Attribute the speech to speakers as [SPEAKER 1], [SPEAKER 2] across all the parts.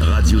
[SPEAKER 1] Radio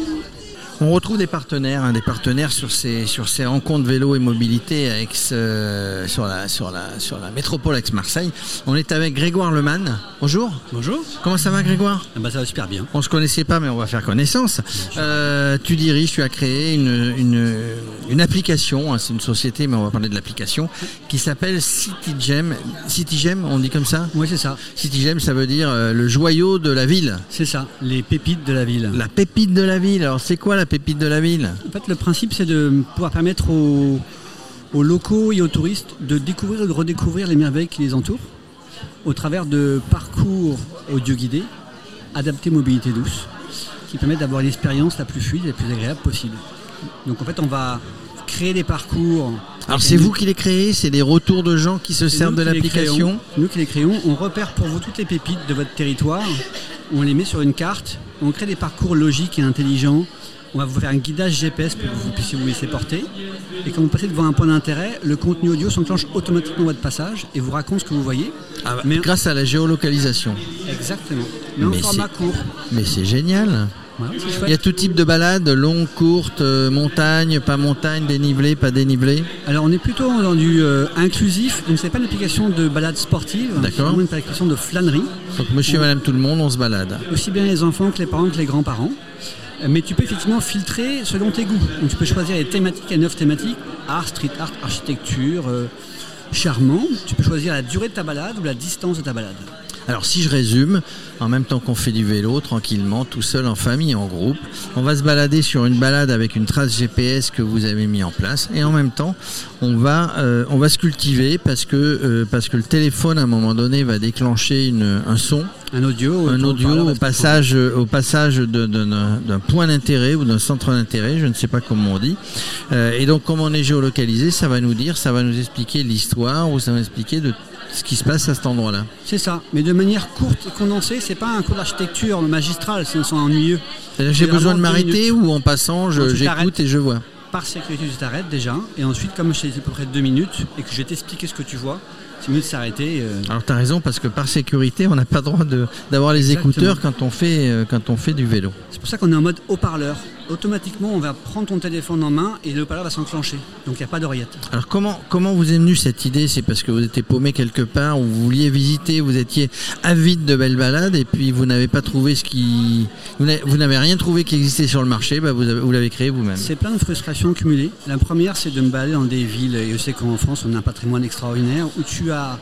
[SPEAKER 2] On retrouve des partenaires, hein, des partenaires sur ces, sur ces rencontres vélo et mobilité à Aix, euh, sur, la, sur, la, sur la métropole Aix-Marseille. On est avec Grégoire Lemann. Bonjour.
[SPEAKER 3] Bonjour.
[SPEAKER 2] Comment ça va Grégoire
[SPEAKER 3] Ah bah, ça va super bien.
[SPEAKER 2] On se connaissait pas mais on va faire connaissance. Euh, tu diriges, tu as créé une, une, une application, hein, c'est une société mais on va parler de l'application, qui s'appelle CityGem. CityGem, on dit comme ça
[SPEAKER 3] Oui, c'est ça.
[SPEAKER 2] CityGem ça veut dire euh, le joyau de la ville,
[SPEAKER 3] C'est ça, les pépites de la ville.
[SPEAKER 2] la pépite de la ville. Alors c'est quoi la pépite de la ville
[SPEAKER 3] En fait, le principe, c'est de pouvoir permettre aux, aux locaux et aux touristes de découvrir et de redécouvrir les merveilles qui les entourent au travers de parcours audio guidés, adaptés mobilité douce, qui permettent d'avoir l'expérience la plus fluide et la plus agréable possible. Donc en fait, on va créer des parcours.
[SPEAKER 2] Alors c'est vous qui les créez, c'est des retours de gens qui se
[SPEAKER 3] C'est
[SPEAKER 2] servent
[SPEAKER 3] nous
[SPEAKER 2] de
[SPEAKER 3] qui les
[SPEAKER 2] l'application.
[SPEAKER 3] créons. Nous qui les créons, on repère pour vous toutes les pépites de votre territoire, on les met sur une carte, on crée des parcours logiques et intelligents, on va vous faire un guidage GPS pour que vous puissiez vous laisser porter. Et quand vous passez devant un point d'intérêt, le contenu audio s'enclenche automatiquement votre passage et vous raconte ce que vous voyez.
[SPEAKER 2] Ah bah,
[SPEAKER 3] Mais-
[SPEAKER 2] Grâce à la géolocalisation.
[SPEAKER 3] Exactement. Mais en
[SPEAKER 2] Mais
[SPEAKER 3] format
[SPEAKER 2] c'est-
[SPEAKER 3] court.
[SPEAKER 2] Mais c'est génial.
[SPEAKER 3] Voilà, c'est
[SPEAKER 2] Il y a
[SPEAKER 3] chouette.
[SPEAKER 2] tout type de balades, longues, courtes, euh, montagne, pas montagne, dénivelé, pas dénivelé.
[SPEAKER 3] Alors on est plutôt dans du euh, inclusif, donc c'est pas une application de balade sportive,
[SPEAKER 2] D'accord.
[SPEAKER 3] c'est vraiment une application de flânerie.
[SPEAKER 2] Donc monsieur et madame tout le monde, on se balade.
[SPEAKER 3] aussi bien les enfants que les parents que les grands-parents. Euh, Mais tu peux effectivement filtrer selon tes goûts. Donc tu peux choisir les thématiques, les neuf thématiques, art, street art, architecture, euh, charmant. Tu peux choisir la durée de ta balade ou la distance de ta balade.
[SPEAKER 2] Alors si je résume, en même temps qu'on fait du vélo tranquillement, tout seul, en famille, en groupe, on va se balader sur une balade avec une trace GPS que vous avez mis en place et en même temps on va, euh, on va se cultiver parce que, euh, parce que le téléphone à un moment donné va déclencher une- un son
[SPEAKER 3] Un audio.
[SPEAKER 2] un
[SPEAKER 3] ton haut-parleur
[SPEAKER 2] audio
[SPEAKER 3] va
[SPEAKER 2] au
[SPEAKER 3] te-
[SPEAKER 2] passage, euh, au passage de- de- d'un d'un point d'intérêt ou d'un centre d'intérêt, je ne sais pas comment on dit. Euh, et donc, comme on est géolocalisé, ça va nous dire, ça va nous expliquer l'histoire ou ça va nous expliquer de ce qui se passe à cet endroit-là.
[SPEAKER 3] C'est ça. Mais de manière courte et condensée, c'est pas un cours d'architecture magistral, sinon c'est ennuyeux.
[SPEAKER 2] C'est-à-dire, J'ai
[SPEAKER 3] C'est
[SPEAKER 2] besoin de
[SPEAKER 3] vraiment deux
[SPEAKER 2] m'arrêter ou en passant,
[SPEAKER 3] Quand
[SPEAKER 2] je-
[SPEAKER 3] tu t'arrêtes.
[SPEAKER 2] j'écoute et je vois.
[SPEAKER 3] Par sécurité, tu t'arrêtes déjà. Et ensuite, comme je t'ai dit à peu près deux minutes et que je vais t'expliquer ce que tu vois, c'est mieux de s'arrêter. euh,
[SPEAKER 2] Alors, tu as raison, parce que par sécurité, on n'a pas le droit de- d'avoir les
[SPEAKER 3] Exactement.
[SPEAKER 2] écouteurs quand on, fait, euh, quand on fait du vélo.
[SPEAKER 3] C'est pour ça qu'on est en mode haut-parleur. Automatiquement, on va prendre ton téléphone en main et le haut-parleur va s'enclencher. Donc il n'y a pas d'oreillette.
[SPEAKER 2] Alors comment comment vous est venue cette idée C'est parce que vous étiez paumé quelque part, ou vous vouliez visiter, vous étiez avide de belles balades et puis vous n'avez pas trouvé ce qui vous n'avez- vous n'avez rien trouvé qui existait sur le marché, bah vous avez- vous l'avez créé vous-même.
[SPEAKER 3] C'est plein de frustrations cumulées. La première, c'est de me balader dans des villes. Et je sais qu'en France, on a un patrimoine extraordinaire où tu as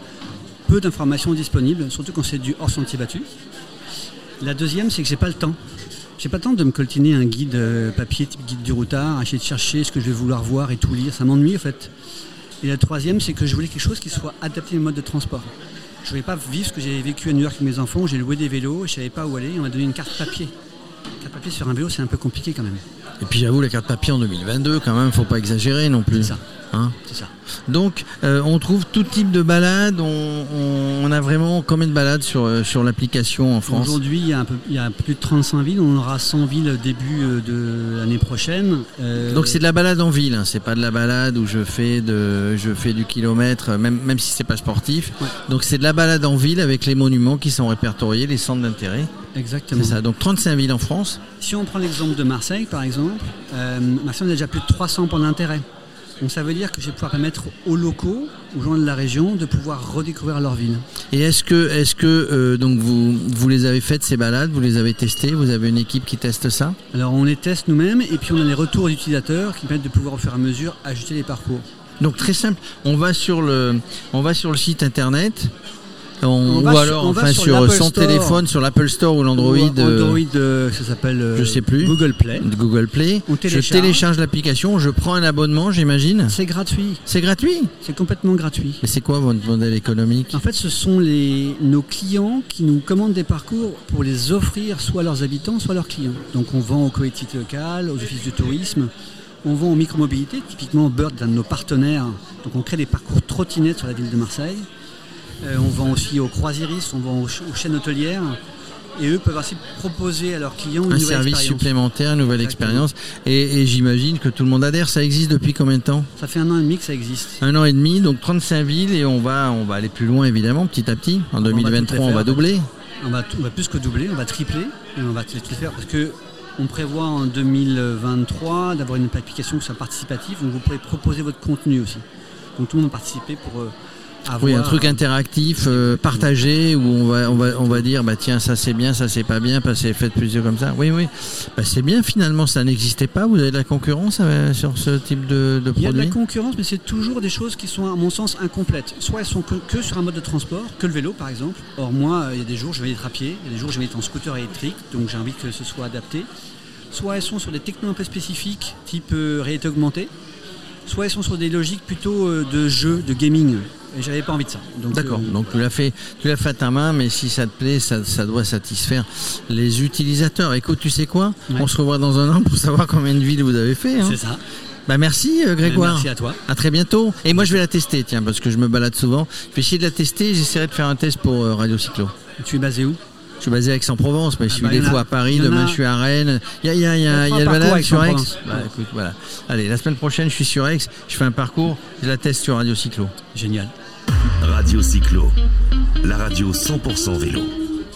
[SPEAKER 3] peu d'informations disponibles, surtout quand c'est du hors sentier battu. La deuxième, c'est que j'ai pas le temps. J'ai pas le temps de me coltiner un guide euh, papier type guide du routard, à essayer de chercher ce que je vais vouloir voir et tout lire. Ça m'ennuie en fait. Et la troisième, c'est que je voulais quelque chose qui soit adapté au mode de transport. Je voulais pas vivre ce que j'ai vécu à New York avec mes enfants. où J'ai loué des vélos, je savais pas où aller. On m'a donné une carte papier. Carte papier sur un vélo, c'est un peu compliqué quand même.
[SPEAKER 2] Et puis j'avoue la carte papier en 2022 quand même, faut pas exagérer non plus.
[SPEAKER 3] C'est ça.
[SPEAKER 2] Hein
[SPEAKER 3] C'est ça.
[SPEAKER 2] Donc euh, on trouve tout type de balades, on, on- on a vraiment combien de balades sur, euh, sur l'application en France
[SPEAKER 3] Aujourd'hui, il y, a un peu- il y a plus de 35 villes. On aura 100 villes début euh, de l'année prochaine. Euh,
[SPEAKER 2] Donc c'est de la balade en ville, hein, c'est pas de la balade où je fais de je fais du kilomètre, euh, même même si c'est pas sportif.
[SPEAKER 3] Ouais.
[SPEAKER 2] Donc c'est de la balade en ville avec les monuments qui sont répertoriés, les centres d'intérêt.
[SPEAKER 3] exactement.
[SPEAKER 2] C'est ça. Donc 35 villes en France.
[SPEAKER 3] Si on prend l'exemple de Marseille, par exemple, euh, Marseille, on a déjà plus de 300 points d'intérêt. Donc ça veut dire que je vais pouvoir permettre aux locaux, aux gens de la région, de pouvoir redécouvrir leur ville.
[SPEAKER 2] Et est-ce que est-ce que euh, donc vous vous les avez faites ces balades, vous les avez testées, vous avez une équipe qui teste ça
[SPEAKER 3] Alors on les teste nous-mêmes et puis on a les retours d'utilisateurs qui permettent de pouvoir au fur et à mesure ajuster les parcours.
[SPEAKER 2] Donc très simple, on va sur le on va sur le site internet. On,
[SPEAKER 3] On
[SPEAKER 2] ou
[SPEAKER 3] va sur-
[SPEAKER 2] alors
[SPEAKER 3] on va
[SPEAKER 2] enfin
[SPEAKER 3] sur
[SPEAKER 2] sur,
[SPEAKER 3] l'Apple
[SPEAKER 2] son
[SPEAKER 3] Store.
[SPEAKER 2] téléphone sur l'Apple Store ou l'Android
[SPEAKER 3] Ou
[SPEAKER 2] euh,
[SPEAKER 3] Android, euh, ça s'appelle euh,
[SPEAKER 2] je sais plus.
[SPEAKER 3] Google Play.
[SPEAKER 2] de Google Play.
[SPEAKER 3] On
[SPEAKER 2] Je
[SPEAKER 3] télécharge.
[SPEAKER 2] télécharge l'application, je prends un abonnement, j'imagine.
[SPEAKER 3] C'est gratuit,
[SPEAKER 2] C'est gratuit.
[SPEAKER 3] c'est complètement gratuit.
[SPEAKER 2] Mais c'est quoi votre modèle économique
[SPEAKER 3] En fait, ce sont les, nos clients qui nous commandent des parcours pour les offrir soit à leurs habitants, soit à leurs clients. Donc on vend aux collectivités locales, aux offices de tourisme, on vend aux micromobilités, typiquement Bird, d'un de nos partenaires. Donc on crée des parcours trottinettes sur la ville de Marseille. Euh, on vend aussi aux croisiéristes, on vend aux, ch- aux chaînes hôtelières. Et eux peuvent ainsi proposer à leurs clients une
[SPEAKER 2] Un
[SPEAKER 3] nouvelle
[SPEAKER 2] service
[SPEAKER 3] expérience.
[SPEAKER 2] supplémentaire, une nouvelle
[SPEAKER 3] Exactement.
[SPEAKER 2] expérience. Et, et j'imagine que tout le monde adhère. Ça existe depuis combien de temps
[SPEAKER 3] Ça fait un an et demi que ça existe.
[SPEAKER 2] Un an et demi, donc 35 villes. Et on va, on va aller plus loin, évidemment, petit à petit. En
[SPEAKER 3] va tout
[SPEAKER 2] 2023, on
[SPEAKER 3] faire.
[SPEAKER 2] va doubler.
[SPEAKER 3] on va, tout- on va plus que doubler, on va tripler et on va tout tout faire parce que on prévoit en 2023 d'avoir une application qui soit participative où vous pourrez proposer votre contenu aussi. Donc tout le monde va participer pour euh, avoir
[SPEAKER 2] Oui, un truc interactif, euh, partagé, où on va, on va, on va dire, bah tiens, ça c'est bien, ça c'est pas bien, parce que faites plusieurs comme ça. Oui, oui. Bah, c'est bien finalement, ça n'existait pas. Vous avez de la concurrence euh, sur ce type de, de
[SPEAKER 3] Il y a de la
[SPEAKER 2] produit.
[SPEAKER 3] concurrence, mais c'est toujours des choses qui sont, à mon sens, incomplètes. Soit elles sont que, que sur un mode de transport, que le vélo par exemple. Or, moi, euh, il y a des jours, je vais être à pied, il y a des jours, je vais être en scooter électrique, donc j'ai envie que ce soit adapté. Soit elles sont sur des technos un peu spécifiques, type euh, réalité augmentée. Soit elles sont sur des logiques plutôt euh, de jeu, de gaming. Et j'avais pas envie de ça. Donc,
[SPEAKER 2] D'accord.
[SPEAKER 3] euh,
[SPEAKER 2] Donc tu l'as fait, tu l'as fait à ta main, mais si ça te plaît, ça, ça doit satisfaire les utilisateurs. Écoute, tu sais quoi
[SPEAKER 3] Ouais.
[SPEAKER 2] On se revoit dans un an pour savoir combien de villes vous avez fait. hein.
[SPEAKER 3] c'est ça.
[SPEAKER 2] Bah merci euh, Grégoire.
[SPEAKER 3] Merci à toi.
[SPEAKER 2] À très bientôt. Et moi je vais la tester, tiens, parce que je me balade souvent. Je vais essayer de la tester. J'essaierai de faire un test pour euh, Radio Cyclo.
[SPEAKER 3] Tu es basé où
[SPEAKER 2] Je suis basé à Aix-en-Provence, mais je
[SPEAKER 3] Ah
[SPEAKER 2] suis
[SPEAKER 3] bah,
[SPEAKER 2] des
[SPEAKER 3] y en a-
[SPEAKER 2] fois à Paris,
[SPEAKER 3] y en
[SPEAKER 2] demain
[SPEAKER 3] a-
[SPEAKER 2] je suis à Rennes. Il y a, il y a, il y
[SPEAKER 3] On
[SPEAKER 2] a, il y a
[SPEAKER 3] fera un
[SPEAKER 2] le
[SPEAKER 3] parcours
[SPEAKER 2] balade
[SPEAKER 3] avec
[SPEAKER 2] sur Aix.
[SPEAKER 3] Aix-en-Provence.
[SPEAKER 2] Bah, écoute, voilà. Allez, la semaine prochaine je suis sur Aix, je fais un parcours, je la teste sur Radio Cyclo.
[SPEAKER 3] Génial.
[SPEAKER 1] Radio Cyclo, la radio 100% vélo.